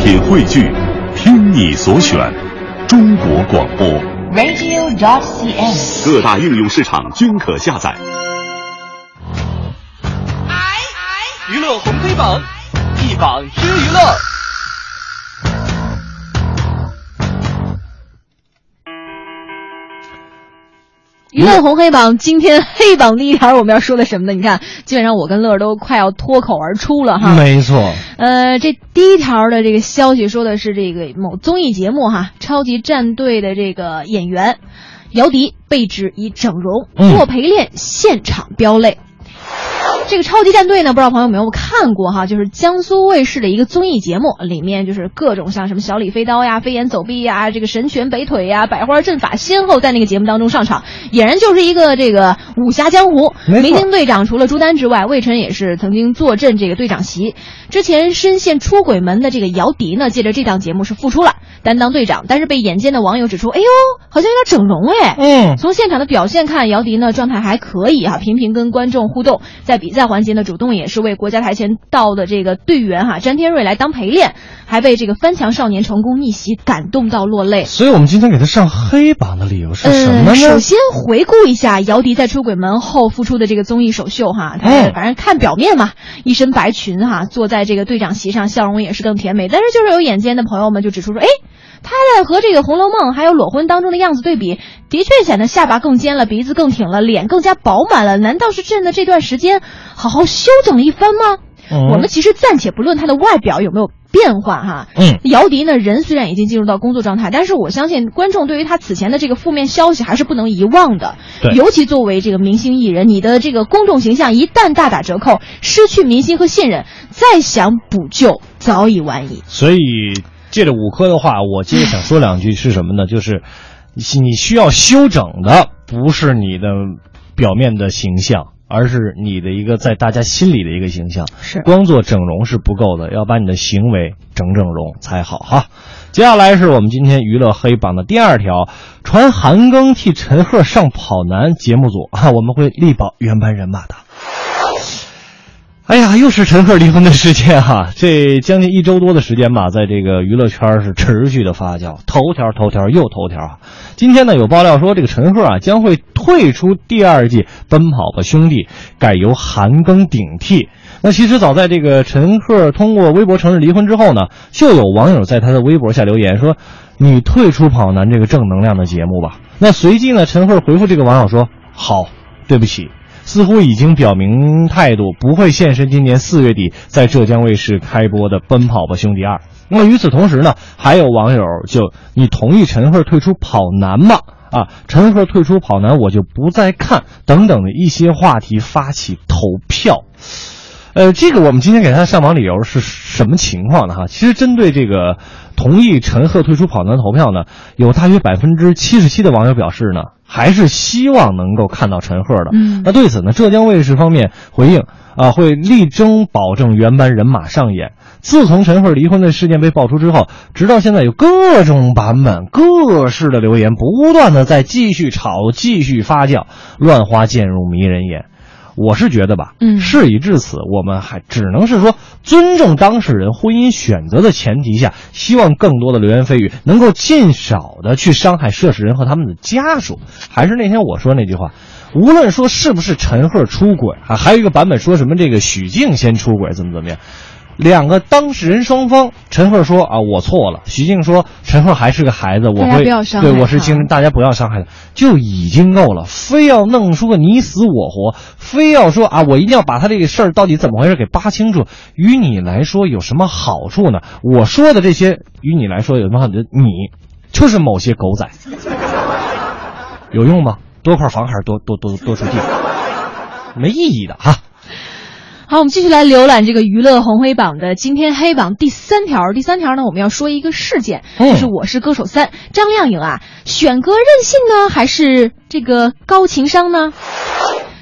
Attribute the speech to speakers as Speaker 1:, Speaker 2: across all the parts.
Speaker 1: 品汇聚，听你所选，中国广播。
Speaker 2: radio.cn。
Speaker 1: 各大应用市场均可下载。
Speaker 3: 娱乐红黑榜，一榜之娱乐。
Speaker 4: 娱乐红黑榜，今天黑榜第一条我们要说的什么呢？你看，基本上我跟乐儿都快要脱口而出了哈。
Speaker 5: 没错，
Speaker 4: 呃，这第一条的这个消息说的是这个某综艺节目哈，《超级战队》的这个演员姚笛被指以整容、
Speaker 5: 嗯
Speaker 4: 做陪练现场飙泪。这个超级战队呢，不知道朋友有没有看过哈，就是江苏卫视的一个综艺节目，里面就是各种像什么小李飞刀呀、飞檐走壁呀、这个神拳北腿呀、百花阵法，先后在那个节目当中上场，俨然就是一个这个武侠江湖。
Speaker 5: 没错
Speaker 4: 明星队长除了朱丹之外，魏晨也是曾经坐镇这个队长席。之前深陷出轨门的这个姚笛呢，借着这档节目是复出了，担当队长，但是被眼尖的网友指出，哎呦，好像有点整容哎。
Speaker 5: 嗯，
Speaker 4: 从现场的表现看，姚笛呢状态还可以哈、频频跟观众互动，在比赛环节呢主动也是为国家台前到的这个队员哈、詹天瑞来当陪练，还被这个翻墙少年成功逆袭感动到落泪。
Speaker 5: 所以我们今天给他上黑榜的理由是什么
Speaker 4: 呃，首
Speaker 5: 呢？
Speaker 4: 先回顾一下姚笛在出轨门后复出的这个综艺首秀哈，她
Speaker 5: 哎
Speaker 4: 反正看表面嘛，一身白裙哈，坐在这个队长席上，笑容也是更甜美。但是就是有眼尖的朋友们就指出说，哎，她在和这个《红楼梦》还有《裸婚》当中的样子对比，的确显得下巴更尖了，鼻子更挺了，脸更加饱满了。难道是趁着这段时间好好休整了一番吗？
Speaker 5: 嗯
Speaker 4: 我们其实暂且不论她的外表有没有变化哈，
Speaker 5: 嗯，
Speaker 4: 姚笛呢，人虽然已经进入到工作状态，但是我相信观众对于他此前的这个负面消息还是不能遗忘的。
Speaker 5: 对
Speaker 4: 尤其作为这个明星艺人，你的这个公众形象一旦大打折扣，失去民心和信任，再想补救早已晚矣。
Speaker 5: 所以借着五科的话，我接着想说两句是什么呢？就是你需要修整的不是你的表面的形象。而是你的一个在大家心里的一个形象，
Speaker 4: 是
Speaker 5: 光做整容是不够的，要把你的行为整整容才好哈。接下来是我们今天娱乐黑榜的第二条，传韩庚替陈赫上跑男节目组 啊，我们会力保原班人马的。哎呀，又是陈赫离婚的事件哈、 这将近一周多的时间吧，在这个娱乐圈是持续的发酵，头条头条又头条啊。今天呢，有爆料说这个陈赫啊将会退出第二季《奔跑吧兄弟》，改由韩庚顶替。那其实早在这个陈赫通过微博承认离婚之后呢，就有网友在他的微博下留言说：“你退出《跑男》这个正能量的节目吧。”那随即呢，陈赫回复这个网友说：“好，对不起，似乎已经表明态度，不会现身今年四月底在浙江卫视开播的《奔跑吧兄弟二》。那么与此同时呢，还有网友就你同意陈赫退出跑男吗？啊，陈赫退出跑男我就不再看等等的一些话题发起投票。呃，这个我们今天给他上榜理由是什么情况呢？哈，其实针对这个同意陈赫退出跑男投票呢，有大约百分之七十七的网友表示呢，还是希望能够看到陈赫的。
Speaker 4: 嗯
Speaker 5: 那对此呢，浙江卫视方面回应啊，会力争保证原班人马上演。自从陈赫离婚的事件被爆出之后，直到现在有各种版本、各式的留言不断的在继续炒、继续发酵，乱花渐入迷人眼。我是觉得吧，
Speaker 4: 嗯
Speaker 5: 事已至此，我们还只能是说尊重当事人婚姻选择的前提下，希望更多的流言蜚语能够尽少的去伤害涉事人和他们的家属。还是那天我说那句话，无论说是不是陈赫出轨啊，还有一个版本说什么这个许静先出轨怎么怎么样。两个当事人双方，陈赫说啊，我错了；许静说，陈赫还是个孩子，我
Speaker 4: 大家
Speaker 5: 会
Speaker 4: 不要伤
Speaker 5: 对
Speaker 4: 害
Speaker 5: 我是
Speaker 4: 他
Speaker 5: 精大家不要伤害他，就已经够了。非要弄出个你死我活，非要说啊，我一定要把他这个事儿到底怎么回事给扒清楚，于你来说有什么好处呢？我说的这些，于你来说有什么好处？你就是某些狗仔，有用吗？多块房还是多多多多处地，没意义的哈。
Speaker 4: 好，我们继续来浏览这个娱乐红黑榜的今天黑榜第三条。第三条呢，我们要说一个事件，
Speaker 5: 嗯
Speaker 4: 就是《我是歌手三》张靓颖啊，选歌任性呢，还是这个高情商呢？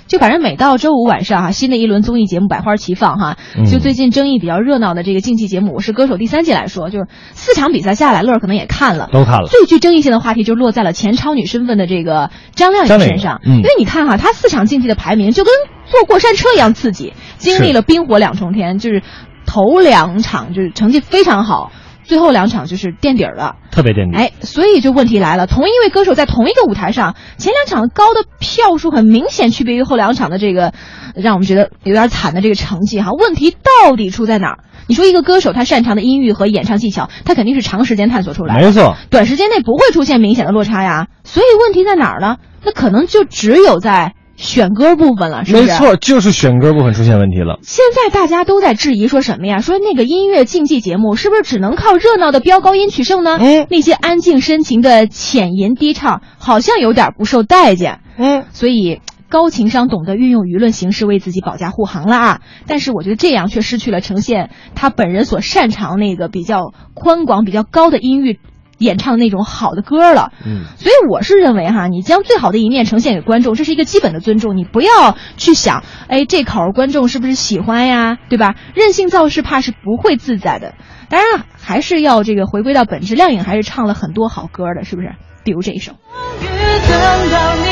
Speaker 4: 就反正每到周五晚上哈、新的一轮综艺节目百花齐放哈、
Speaker 5: 嗯
Speaker 4: 就最近争议比较热闹的这个竞技节目《我是歌手》第三季来说，就是四场比赛下来，乐儿可能也看了，
Speaker 5: 都看了
Speaker 4: 最具争议性的话题就落在了前超女身份的这个张靓颖
Speaker 5: 张靓颖
Speaker 4: 身上，
Speaker 5: 嗯
Speaker 4: 因为你看哈、她四场竞技的排名就跟坐过山车一样刺激，经历了冰火两重天，就是头两场就是成绩非常好，最后两场就是垫底儿了。
Speaker 5: 特别垫底。
Speaker 4: 哎，所以就问题来了，同一位歌手在同一个舞台上，前两场高的票数很明显区别于后两场的这个，让我们觉得有点惨的这个成绩哈。问题到底出在哪儿？你说一个歌手他擅长的音域和演唱技巧，他肯定是长时间探索出来的，
Speaker 5: 没错，
Speaker 4: 短时间内不会出现明显的落差呀。所以问题在哪儿呢？那可能就只有在选歌部分了，是不
Speaker 5: 没
Speaker 4: 是？啊
Speaker 5: 错，就是选歌部分出现问题了。
Speaker 4: 现在大家都在质疑说什么呀？说那个音乐竞技节目是不是只能靠热闹的飙高音取胜呢？
Speaker 5: 嗯
Speaker 4: 那些安静深情的浅吟低唱好像有点不受待见。
Speaker 5: 嗯，
Speaker 4: 所以高情商懂得运用舆论形式为自己保驾护航了啊！但是我觉得这样却失去了呈现他本人所擅长那个比较宽广、比较高的音域。演唱那种好的歌了，
Speaker 5: 嗯，
Speaker 4: 所以我是认为哈，你将最好的一面呈现给观众，这是一个基本的尊重。你不要去想，哎，这口儿观众是不是喜欢呀，对吧？任性造势怕是不会自在的。当然，还是要这个回归到本质。亮颖还是唱了很多好歌的，是不是？比如这一首。
Speaker 2: 终于等到你，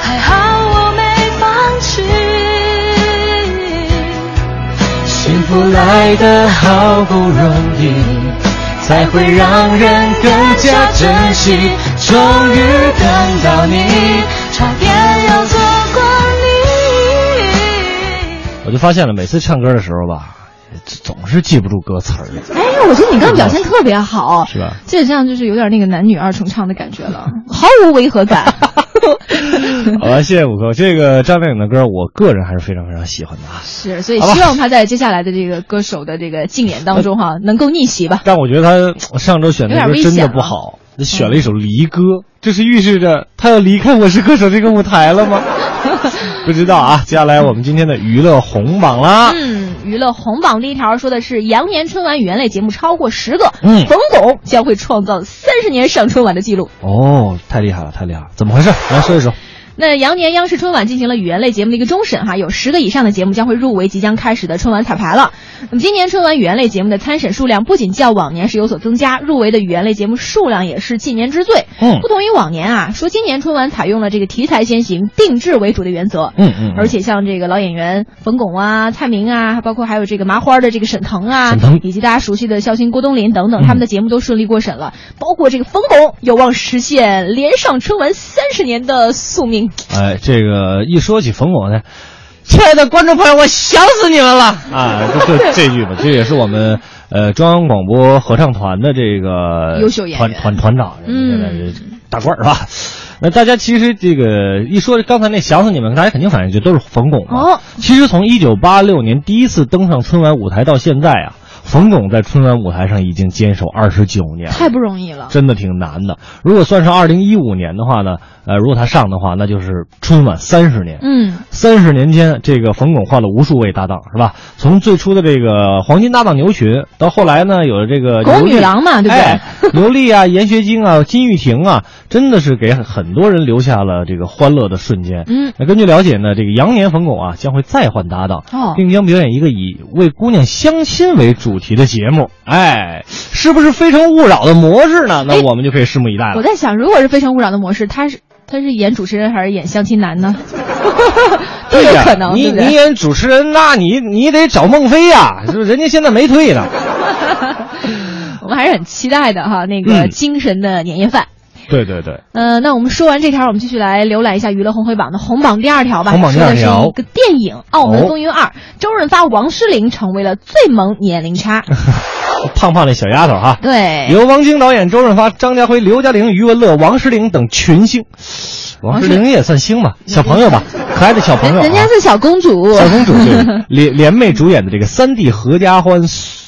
Speaker 2: 还好我没放弃。
Speaker 6: 幸福来得好不容易，才会让人更加珍惜。终于等到你，
Speaker 2: 差点要错过你。
Speaker 5: 我就发现了，每次唱歌的时候吧，总是记不住歌词儿。
Speaker 4: 哎，我觉得你刚刚表现特别好，
Speaker 5: 是吧？
Speaker 4: 这像就是有点那个男女二重唱的感觉了，毫无违和感。
Speaker 5: 好吧，谢谢五哥。这个张靓颖的歌，我个人还是非常非常喜欢的啊。
Speaker 4: 是，所以希望他在接下来的这个歌手的这个竞演当中哈、能够逆袭吧。
Speaker 5: 但我觉得他上周选的歌真的不好，他选了一首离歌，这是预示着他要离开《我是歌手》这个舞台了吗？ 不知道啊。接下来我们今天的娱乐红榜啦，
Speaker 4: 嗯，娱乐红榜第一条说的是羊年春晚语言类节目超过十个，
Speaker 5: 嗯
Speaker 4: 冯巩将会创造三十年上春晚的记录。
Speaker 5: 哦，太厉害了，太厉害了！怎么回 事？来说一说。
Speaker 4: 那羊年央视春晚进行了语言类节目的一个终审哈，有十个以上的节目将会入围即将开始的春晚彩排了。那么今年春晚语言类节目的参审数量不仅较往年是有所增加，入围的语言类节目数量也是近年之最。
Speaker 5: 嗯
Speaker 4: 不同于往年啊，说今年春晚采用了这个题材先行、定制为主的原则。
Speaker 5: 嗯嗯嗯
Speaker 4: 而且像这个老演员冯巩啊、蔡明啊，包括还有这个麻花的这个沈腾啊，
Speaker 5: 沈腾嗯
Speaker 4: 以及大家熟悉的肖星、郭冬临等等，他们的节目都顺利过审了。包括这个冯巩有望实现连上春晚三十年的宿命。
Speaker 5: 哎，这个一说起冯巩呢，亲爱的观众朋友，我想死你们了啊！就就这句吧，这也是我们呃中央广播合唱团的这个
Speaker 4: 优秀演员
Speaker 5: 团团团长，
Speaker 4: 嗯
Speaker 5: 人家的大官儿是吧？那大家其实这个一说刚才那想死你们，大家肯定反应就都是冯巩嘛。
Speaker 4: 哦
Speaker 5: 其实从一九八六年第一次登上春晚舞台到现在啊，冯巩在春晚舞台上已经坚守二十九年了，
Speaker 4: 太不容易了，
Speaker 5: 真的挺难的。如果算上二零一五年的话呢，呃，如果他上的话，那就是春晚三十年。
Speaker 4: 嗯，
Speaker 5: 三十年间，这个冯巩换了无数位搭档，是吧？从最初的这个黄金搭档牛群，到后来呢，有了这个
Speaker 4: 狗
Speaker 5: 刘丽
Speaker 4: 女郎嘛对不对
Speaker 5: 哎，刘丽啊，闫学晶啊，金玉婷啊，真的是给很多人留下了这个欢乐的瞬间。
Speaker 4: 嗯
Speaker 5: 那根据了解呢，这个羊年冯巩啊将会再换搭档，
Speaker 4: 哦
Speaker 5: 并将表演一个以为姑娘相亲为主题的节目。哎，是不是《非诚勿扰》的模式呢？
Speaker 4: 哎
Speaker 5: 那我们就可以拭目以待
Speaker 4: 我
Speaker 5: 了。
Speaker 4: 在想，如果是《非诚勿扰》的模式，他是他是演主持人还是演相亲男 呢？都有
Speaker 5: 哎呀
Speaker 4: 可能，
Speaker 5: 你
Speaker 4: 对不对
Speaker 5: 你演主持人，那你你得找孟非呀、 是不是人家现在没退呢。
Speaker 4: 我们还是很期待的哈，那个
Speaker 5: 嗯
Speaker 4: 精神的年夜饭。
Speaker 5: 对对对，
Speaker 4: 呃，那我们说完这条，我们继续来浏览一下娱乐红黑榜的红榜第二条吧。
Speaker 5: 红榜第二条哦
Speaker 4: 说的是一个电影《澳门风云二》，周润发、王诗龄成为了最萌年 龄差。
Speaker 5: 胖胖那小丫头哈。
Speaker 4: 对，
Speaker 5: 由王晶导演，周润发、张家辉、刘嘉玲、余文乐、王诗龄等群星。王诗龄也算星吧，小朋友吧，可爱的小朋友啊、
Speaker 4: 嗯人家是小公主。
Speaker 5: 小公主对 联联袂主演的这个三 D 合家欢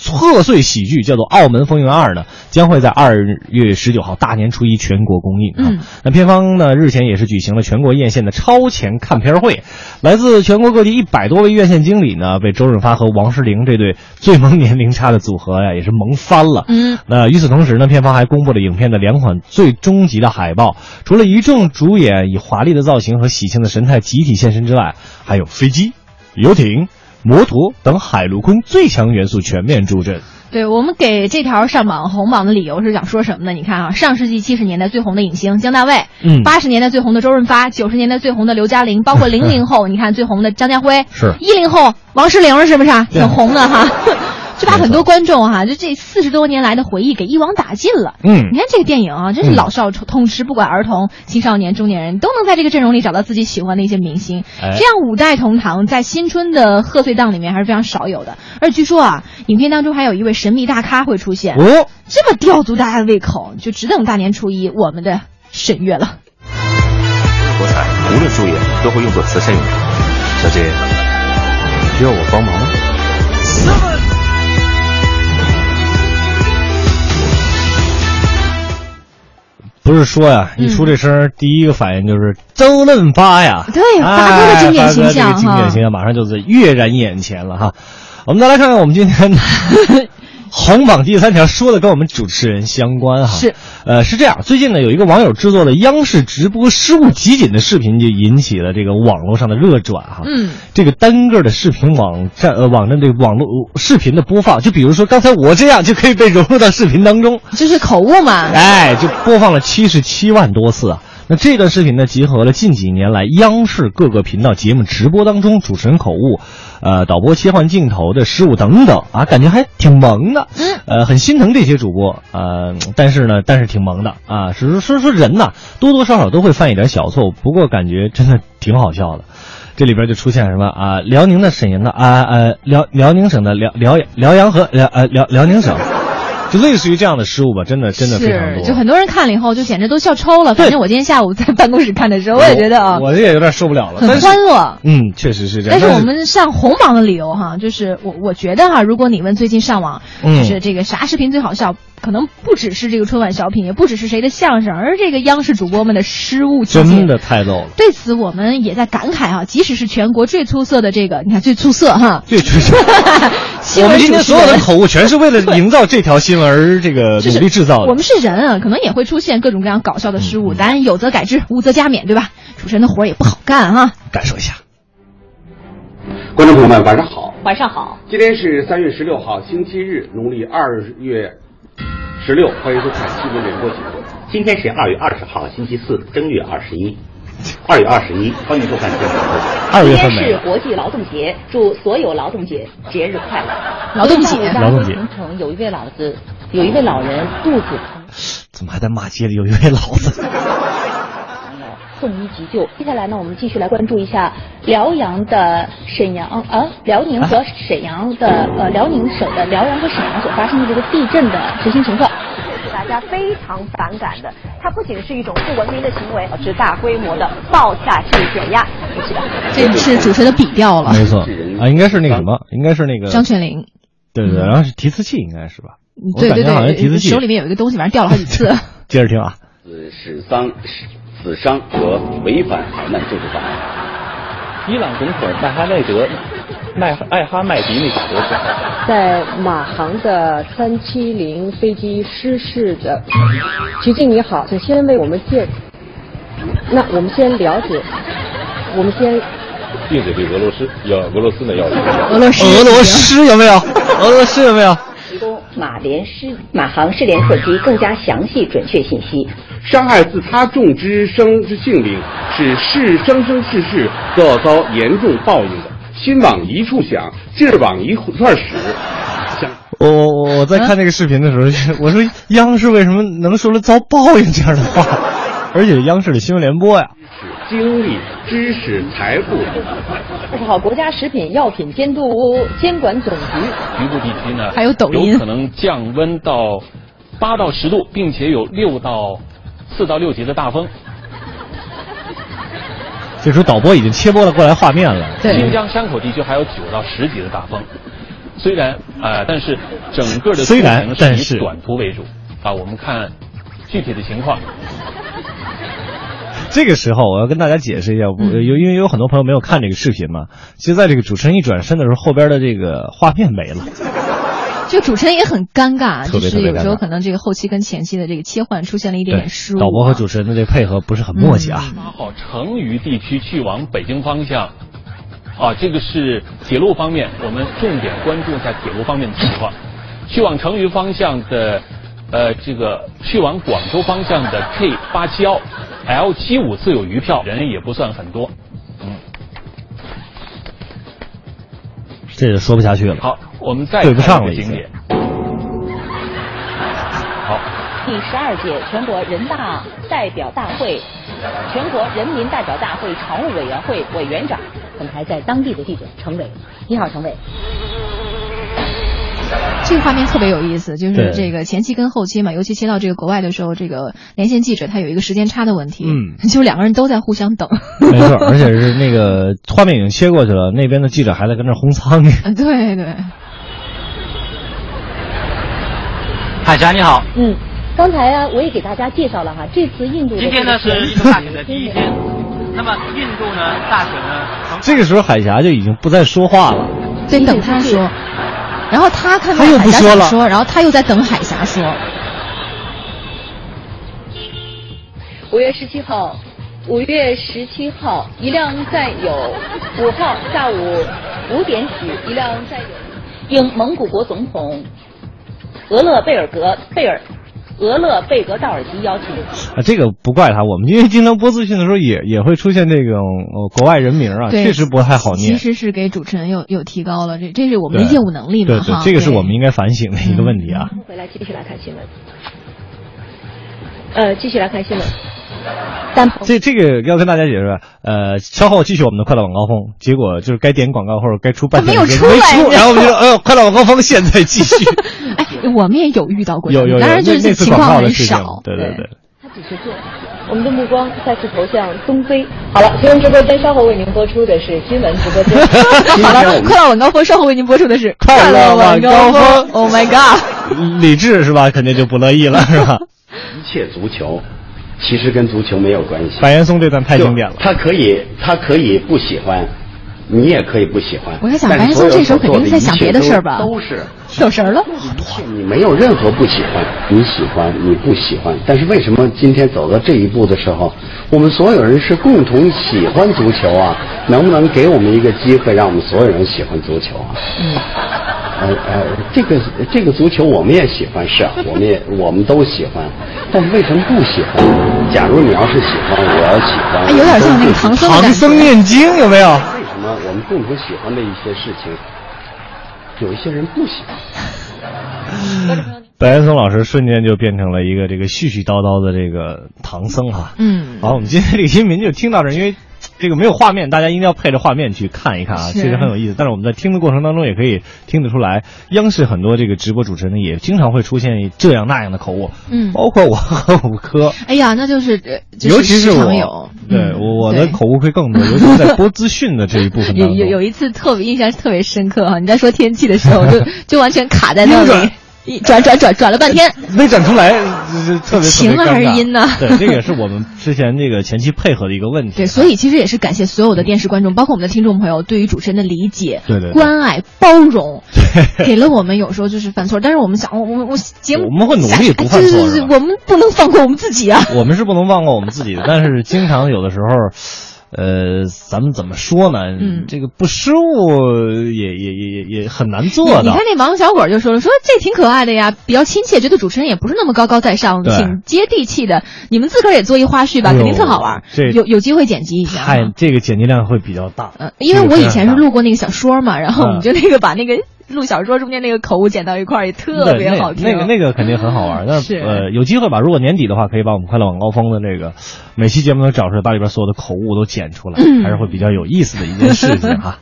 Speaker 5: 贺岁喜剧，叫做《澳门风云二》呢，将会在二月十九号大年初一全国公映啊。
Speaker 4: 嗯
Speaker 5: 那片方呢日前也是举行了全国院线的超前看片会，来自全国各地一百多位院线经理呢，被周润发和王诗龄这对最萌年龄差的组合呀，也是萌翻了。
Speaker 4: 嗯，
Speaker 5: 那与此同时呢，片方还公布了影片的两款最终极的海报，除了一众主演以华丽的造型和喜庆的神态集体现身之外，还有飞机、游艇、摩托等海陆空最强元素全面助阵。
Speaker 4: 对我们给这条上榜红榜的理由是想说什么呢？你看啊，上世纪七十年代最红的影星姜大卫，
Speaker 5: 嗯
Speaker 4: 八十年代最红的周润发，九十年代最红的刘嘉玲，包括 零零后，你看最红的张家辉，
Speaker 5: 是
Speaker 4: 一零后王诗龄了，是不是啊？
Speaker 5: 对
Speaker 4: 挺红的哈。就把很多观众哈、就这四十多年来的回忆给一网打尽了。
Speaker 5: 嗯
Speaker 4: 你看这个电影啊，真是老少通吃，不管儿童、青少年、中年人都能在这个阵容里找到自己喜欢的一些明星。
Speaker 5: 哎
Speaker 4: 这样五代同堂，在新春的贺岁档里面还是非常少有的。而据说啊，影片当中还有一位神秘大咖会出现，
Speaker 5: 哦，
Speaker 4: 这么吊足大家的胃口，就只等大年初一我们的沈月了。
Speaker 7: 我猜无论树叶都会用作慈善用途。小姐，需要我帮忙吗？
Speaker 5: 不是说呀，
Speaker 4: 嗯
Speaker 5: 一出这声儿，第一个反应就是周润发呀，
Speaker 4: 对发
Speaker 5: 哎
Speaker 4: 哥的经典
Speaker 5: 发
Speaker 4: 形
Speaker 5: 这个
Speaker 4: 象
Speaker 5: 经典
Speaker 4: 哈
Speaker 5: 形象马上就是跃然眼前了哈。我们再来看看我们今 天红榜第三条说的跟我们主持人相关哈。
Speaker 4: 是，
Speaker 5: 呃，是这样，最近呢有一个网友制作的央视直播失误集锦的视频，就引起了这个网络上的热转哈。
Speaker 4: 嗯，
Speaker 5: 这个单个的视频网站呃网站这个网络视频的播放，就比如说刚才我这样就可以被融入到视频当中。
Speaker 4: 就是口误嘛。
Speaker 5: 哎，就播放了七十七万多次啊。那这段视频呢，集合了近几年来央视各个频道节目直播当中主持人口误、呃导播切换镜头的失误等等啊，感觉还挺萌的。
Speaker 4: 嗯，
Speaker 5: 呃，很心疼这些主播，呃，但是呢，但是挺萌的啊。只是说说人呐，多多少少都会犯一点小错误，不过感觉真的挺好笑的。这里边就出现什么啊？辽宁的沈阳的啊呃辽辽宁省的辽辽辽阳和辽呃辽辽宁省，就类似于这样的失误吧，真的真的非常
Speaker 4: 是，
Speaker 5: 多。
Speaker 4: 就很多人看了以后就简直都笑抽了。反正我今天下午在办公室看的时候，我也觉得啊，
Speaker 5: 我这也有点受不了了。但
Speaker 4: 很
Speaker 5: 是
Speaker 4: 欢乐。
Speaker 5: 嗯，确实是这样。
Speaker 4: 但是我们上红榜的理由哈，就是我我觉得哈，如果你问最近上网，
Speaker 5: 嗯
Speaker 4: 就是这个啥视频最好笑，可能不只是这个春晚小品，也不只是谁的相声，而是这个央视主播们的失误集
Speaker 5: 真
Speaker 4: 锦。
Speaker 5: 的太逗了，
Speaker 4: 对此，我们也在感慨啊，即使是全国最出色的这个，你看最出色哈，
Speaker 5: 对，确 实。
Speaker 4: 新
Speaker 5: 我
Speaker 4: 闻
Speaker 5: 们今天
Speaker 4: 主持
Speaker 5: 所有的
Speaker 4: 人
Speaker 5: 口误全是为了营造这条新闻而这个
Speaker 4: 就是
Speaker 5: 努力制造的。嗯
Speaker 4: 我们是人啊，可能也会出现各种各样搞笑的失误，咱有则改之，无则加勉，对吧？主持人的活儿也不好干啊。
Speaker 5: 感受一下。
Speaker 8: 观众朋友们，晚上好！
Speaker 9: 晚上好，
Speaker 8: 今天是三月十六号，星期日，农历二月十六。欢迎收看新闻联播节目。
Speaker 10: 今天是二月二十号，星期四，正月二十一。二月二十一，欢迎收看《天晚
Speaker 5: 二月
Speaker 9: 今
Speaker 5: 份
Speaker 9: 天
Speaker 5: 没
Speaker 9: 是
Speaker 5: 了，
Speaker 9: 国际劳动节，祝所有劳动节节日快乐。
Speaker 4: 劳动节
Speaker 9: 今天下午
Speaker 5: 劳
Speaker 9: 大
Speaker 5: 动
Speaker 9: 会
Speaker 5: 节
Speaker 9: 形成有一位老子，有一位老人肚子疼，
Speaker 5: 怎么还在骂街里有一位老子？
Speaker 9: 送医急救。接下来呢，我们继续来关注一下辽阳的沈阳啊，辽宁和沈阳的呃辽宁省的辽阳和沈阳所发生的这个地震的最新情况。
Speaker 11: 是大家非常反感的。它不仅是一种不文明的行为，导致大规模的爆炸性减压。
Speaker 4: 这是主持人的笔调了。
Speaker 5: 没错啊，应该是那个什么，应该是那个
Speaker 4: 张泉灵，
Speaker 5: 对对对，
Speaker 4: 嗯
Speaker 5: 然后是提词器，应该是吧？我
Speaker 4: 对
Speaker 5: 感
Speaker 4: 对
Speaker 5: 觉好像是提词
Speaker 4: 对，
Speaker 5: 器。
Speaker 4: 手里面有一个东西，反正掉了好几 次。
Speaker 5: 接着听啊，
Speaker 10: 会》。死伤、死伤和违反海难救助法案。伊朗总统麦哈迈德、麦艾哈迈迪内塔德说
Speaker 11: 在马航的三七零飞机失事的，徐静你好，请先为我们介，那我们先了解，我们先
Speaker 10: 禁止对俄罗斯要俄罗斯的要求。
Speaker 4: 俄罗斯，
Speaker 5: 俄罗斯有没有？俄罗斯有没有？
Speaker 9: 提供马联失马航失联客机更加详细准确信息。
Speaker 8: 伤害自他众之生之性命，是世生生世世都要遭严重报应的。心往一处想，劲儿往一串使。想
Speaker 5: 我我我我在看这个视频的时候，我 说央视为什么能说出遭报应这样的话？ 而且央视的新闻联播呀，
Speaker 8: 是精力、知识、财富，
Speaker 11: 二十号国家食品药品监督监管总局
Speaker 10: 局部地区呢，
Speaker 4: 还有抖音
Speaker 10: 有可能降温到八到十度，并且有六到四到六级的大风。
Speaker 5: 这时候导播已经切播了过来画面了。
Speaker 10: 新
Speaker 4: 对，
Speaker 10: 疆山口地区还有九到十级的大风。虽然啊、呃但是整个的
Speaker 5: 虽然
Speaker 10: 过程
Speaker 5: 但
Speaker 10: 是
Speaker 5: 是
Speaker 10: 以短途为主啊。我们看具体的情况，
Speaker 5: 这个时候我要跟大家解释一下，我有因为有很多朋友没有看这个视频嘛，其实在这个主持人一转身的时候，后边的这个画面没了。
Speaker 4: 就主持人也很尴尬，
Speaker 5: 特
Speaker 4: 就
Speaker 5: 别
Speaker 4: 是有时
Speaker 5: 特别尴
Speaker 4: 候
Speaker 5: 尬
Speaker 4: 可能这个后期跟前期的这个切换出现了一点
Speaker 5: 对
Speaker 4: 点失误。，嗯
Speaker 5: 导播和主持人的这配合不是很默契啊。
Speaker 10: 八号成渝地区去往北京方向。啊，这个是铁路方面，我们重点关注一下铁路方面的情况。去往成渝方向的，呃，这个去往广州方向的 K 八七幺、L 七五自有余票，人也不算很多。
Speaker 5: 这说不下去了。
Speaker 10: 好，我们再
Speaker 5: 对不
Speaker 10: 看
Speaker 5: 上
Speaker 10: 一
Speaker 5: 了
Speaker 10: 个
Speaker 5: 已
Speaker 10: 景
Speaker 5: 经
Speaker 10: 点。好，
Speaker 9: 第十二届全国人大代表大会、全国人民代表大会常务委员会委员长，我们还在当地的记者程伟，你好，程伟。
Speaker 4: 这个画面特别有意思，就
Speaker 5: 对
Speaker 4: 是这个前期跟后期嘛，尤其切到这个国外的时候，这个连线记者他有一个时间差的问题，
Speaker 5: 嗯，
Speaker 4: 就两个人都在互相等。
Speaker 5: 没错，而且是那个画面已经切过去了，那边的记者还在跟那儿轰苍蝇。
Speaker 4: 嗯对对，
Speaker 12: 海霞你好，
Speaker 9: 嗯，刚才啊，我也给大家介绍了哈，这次印度的
Speaker 12: 今天呢
Speaker 9: 这个
Speaker 12: 是印度大选的第一天，那么印度呢大选呢从
Speaker 5: 这个时候，海霞就已经不再说话了。
Speaker 4: 对，等他说，然后他看到
Speaker 5: 他又
Speaker 4: 海
Speaker 5: 不
Speaker 4: 峡
Speaker 5: 说
Speaker 4: 想
Speaker 5: 了
Speaker 4: 说，然后他又在等海峡说。
Speaker 9: 五月十七号，五月十七号，一辆载有五号下午五点许，一辆载有应蒙古国总统俄勒贝尔格贝尔俄勒贝格道尔吉邀请，
Speaker 5: 啊，这个不怪他，我们因为经常播资讯的时候也也会出现这种、呃、国外人名啊，
Speaker 4: 对
Speaker 5: 确实不太好
Speaker 4: 其
Speaker 5: 念。
Speaker 4: 实是给主持人有有提高了，这这是我们的
Speaker 5: 对
Speaker 4: 业务能力
Speaker 5: 对
Speaker 4: 嘛
Speaker 5: 对
Speaker 4: 哈。，嗯
Speaker 5: 这个是我们应该反省的一个问题啊。
Speaker 9: 回来继续来看新闻。呃，继续来看新闻。单鹏
Speaker 5: 这这个要跟大家解释，呃，稍后继续我们的快乐晚高峰。结果就是该点广告或者该出半天
Speaker 4: 它没有
Speaker 5: 的时
Speaker 4: 出
Speaker 5: 候没
Speaker 4: 来
Speaker 5: 出，
Speaker 4: 你知道吗
Speaker 5: 然后我 们就说，哎呦，快乐晚高峰现在继续。
Speaker 4: 哎，我们也有遇到过这
Speaker 5: 有
Speaker 4: 种，
Speaker 5: 有有，
Speaker 4: 当然就
Speaker 5: 那
Speaker 4: 是
Speaker 5: 那次
Speaker 4: 情
Speaker 5: 广
Speaker 4: 况
Speaker 5: 告的
Speaker 4: 很
Speaker 5: 事情
Speaker 4: 少，，
Speaker 5: 对对对。
Speaker 9: 他只是做。我们的目光再次投向东非。好了，新闻直播间稍后为您播出的是新闻直播间。
Speaker 4: 好 了，快乐晚高峰稍后为您播出的是
Speaker 5: 快乐晚高峰
Speaker 4: 快乐晚高。Oh my god！
Speaker 5: 李志是吧？肯定就不乐意了，是吧？
Speaker 13: 一切足球其实跟足球没有关系。
Speaker 5: 白岩松这段太经典了。
Speaker 13: 他可以，他可以不喜欢，你也可以不喜欢。
Speaker 4: 我在想，
Speaker 13: 但
Speaker 4: 白
Speaker 13: 是
Speaker 4: 岩
Speaker 13: 所
Speaker 4: 松
Speaker 13: 有
Speaker 4: 这时
Speaker 13: 所
Speaker 4: 候肯
Speaker 13: 做
Speaker 4: 定在想
Speaker 13: 一切
Speaker 4: 别的事儿
Speaker 13: 都
Speaker 4: 吧？
Speaker 13: 都是，
Speaker 4: 走神儿了。
Speaker 13: 你没有任何不喜欢，你喜欢，你不喜欢。但是为什么今天走到这一步的时候，我们所有人是共同喜欢足球啊？能不能给我们一个机会，让我们所有人喜欢足球啊？
Speaker 4: 嗯，
Speaker 13: 呃呃，这个这个足球我们也喜欢，是啊，我们也我们都喜欢，但是为什么不喜欢？假如你要是喜欢，我要喜欢，
Speaker 4: 哎有点像那个
Speaker 13: 我们都
Speaker 4: 唐僧的感觉唐僧
Speaker 5: 念经有没有？
Speaker 13: 为什么我们共同喜欢的一些事情，有一些人不喜欢？
Speaker 5: 白岩松老师瞬间就变成了一个这个絮絮叨叨的这个唐僧哈。
Speaker 4: 嗯
Speaker 5: 好，我们今天这个音频就听到这儿，因为这个没有画面，大家一定要配着画面去看一看啊，
Speaker 4: 是
Speaker 5: 确实很有意思。但是我们在听的过程当中也可以听得出来，央视很多这个直播主持人呢也经常会出现这样那样的口误，
Speaker 4: 嗯
Speaker 5: 包括我和五科。
Speaker 4: 哎呀，那就是，呃就是
Speaker 5: 尤其是
Speaker 4: 时
Speaker 5: 我
Speaker 4: 常有，
Speaker 5: 对
Speaker 4: 嗯
Speaker 5: 我我的
Speaker 4: 对
Speaker 5: 口误会更多，尤其是在播资讯的这一部分
Speaker 4: 有
Speaker 5: 当
Speaker 4: 有
Speaker 5: 中。
Speaker 4: 有一次特别印象特别深刻啊！你在说天气的时候，就就完全卡在 那
Speaker 5: 阴转
Speaker 4: 里，一转转转转了半天。
Speaker 5: 没转出来，这这特别
Speaker 4: 晴
Speaker 5: 特别
Speaker 4: 啊还是
Speaker 5: 尴尬
Speaker 4: 阴呢
Speaker 5: 对，这个也是我们之前这个前期配合的一个问题。啊
Speaker 4: 对，所以其实也是感谢所有的电视观众，包括我们的听众朋友，对于主持人的理解、
Speaker 5: 对对对
Speaker 4: 关爱、包容，给了我们有时候就是犯错，但是我们想，我我我节目
Speaker 5: 我们会努力不犯错
Speaker 4: 哎对对
Speaker 5: 是
Speaker 4: 对
Speaker 5: 吧
Speaker 4: 我们不能放过我们自己啊！
Speaker 5: 我们是不能放过我们自己的，但是经常有的时候，呃，咱们怎么说呢？
Speaker 4: 嗯
Speaker 5: 这个不失误也也也也也很难做
Speaker 4: 你
Speaker 5: 到
Speaker 4: 看。那王小果就说了，说这挺可爱的呀，比较亲切，觉得主持人也不是那么高高在上，
Speaker 5: 对
Speaker 4: 挺接地气的。你们自个儿也做一花絮吧，
Speaker 5: 哎呦
Speaker 4: 肯定特好玩。
Speaker 5: 这
Speaker 4: 有有机会剪辑一下。啊
Speaker 5: 太这个剪辑量会比较大，
Speaker 4: 呃因为我以
Speaker 5: 这个非
Speaker 4: 前是
Speaker 5: 常大
Speaker 4: 录过那个小说嘛，然后我
Speaker 5: 嗯
Speaker 4: 们就那个把那个录小说中间那个口误剪到一块儿，也特
Speaker 5: 对
Speaker 4: 别好听。嗯
Speaker 5: 那那个那个肯定很好玩。那
Speaker 4: 是
Speaker 5: 呃，有机会吧，如果年底的话，可以把我们快乐晚高峰的这个每期节目都找出来，把里边所有的口误都剪出 来，
Speaker 4: 嗯
Speaker 5: 还是会比较有意思的一件事情啊哈。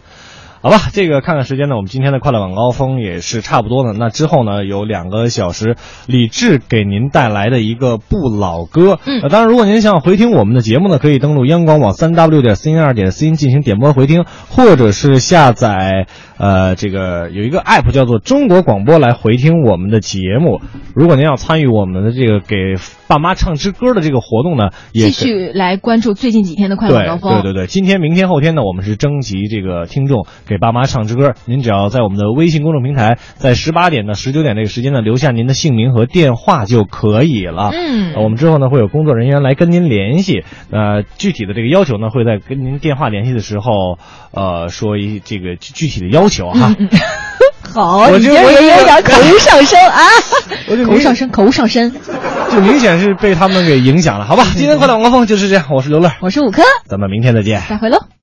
Speaker 5: 好吧，这个看看时间呢，我们今天的快乐晚高峰也是差不多了。那之后呢，有两个小时，李志给您带来的一个不老歌。嗯，当然，如果您想回听我们的节目呢，可以登录央广网三 w 点 cn 二点 cn 进行点播回听，或者是下载呃这个有一个 app 叫做中国广播来回听我们的节目。如果您要参与我们的这个给爸妈唱支歌的这个活动呢，也
Speaker 4: 继
Speaker 5: 是
Speaker 4: 续来关注最近几天的快乐
Speaker 5: 对
Speaker 4: 晚高峰。
Speaker 5: 对对对，今天、明天、后天呢，我们是征集这个听众给爸妈唱支歌。您只要在我们的微信公众平台，在十八点呢、十九点这个时间呢，留下您的姓名和电话就可以了。
Speaker 4: 嗯
Speaker 5: 呃我们之后呢会有工作人员来跟您联系。呃，具体的这个要求呢，会在跟您电话联系的时候，呃，说一这个具具体的要求哈。
Speaker 4: 好，
Speaker 5: 我
Speaker 4: 你
Speaker 5: 就
Speaker 4: 这
Speaker 5: 我
Speaker 4: 人
Speaker 5: 就
Speaker 4: 有点口误上升啊，
Speaker 5: 就
Speaker 4: 口误上升，口误上升。
Speaker 5: 就明显是被他们给影响了，好吧？今天快乐晚高峰就是这样，我是刘乐，
Speaker 4: 我是五科，
Speaker 5: 咱们明天再见。
Speaker 4: 再会喽。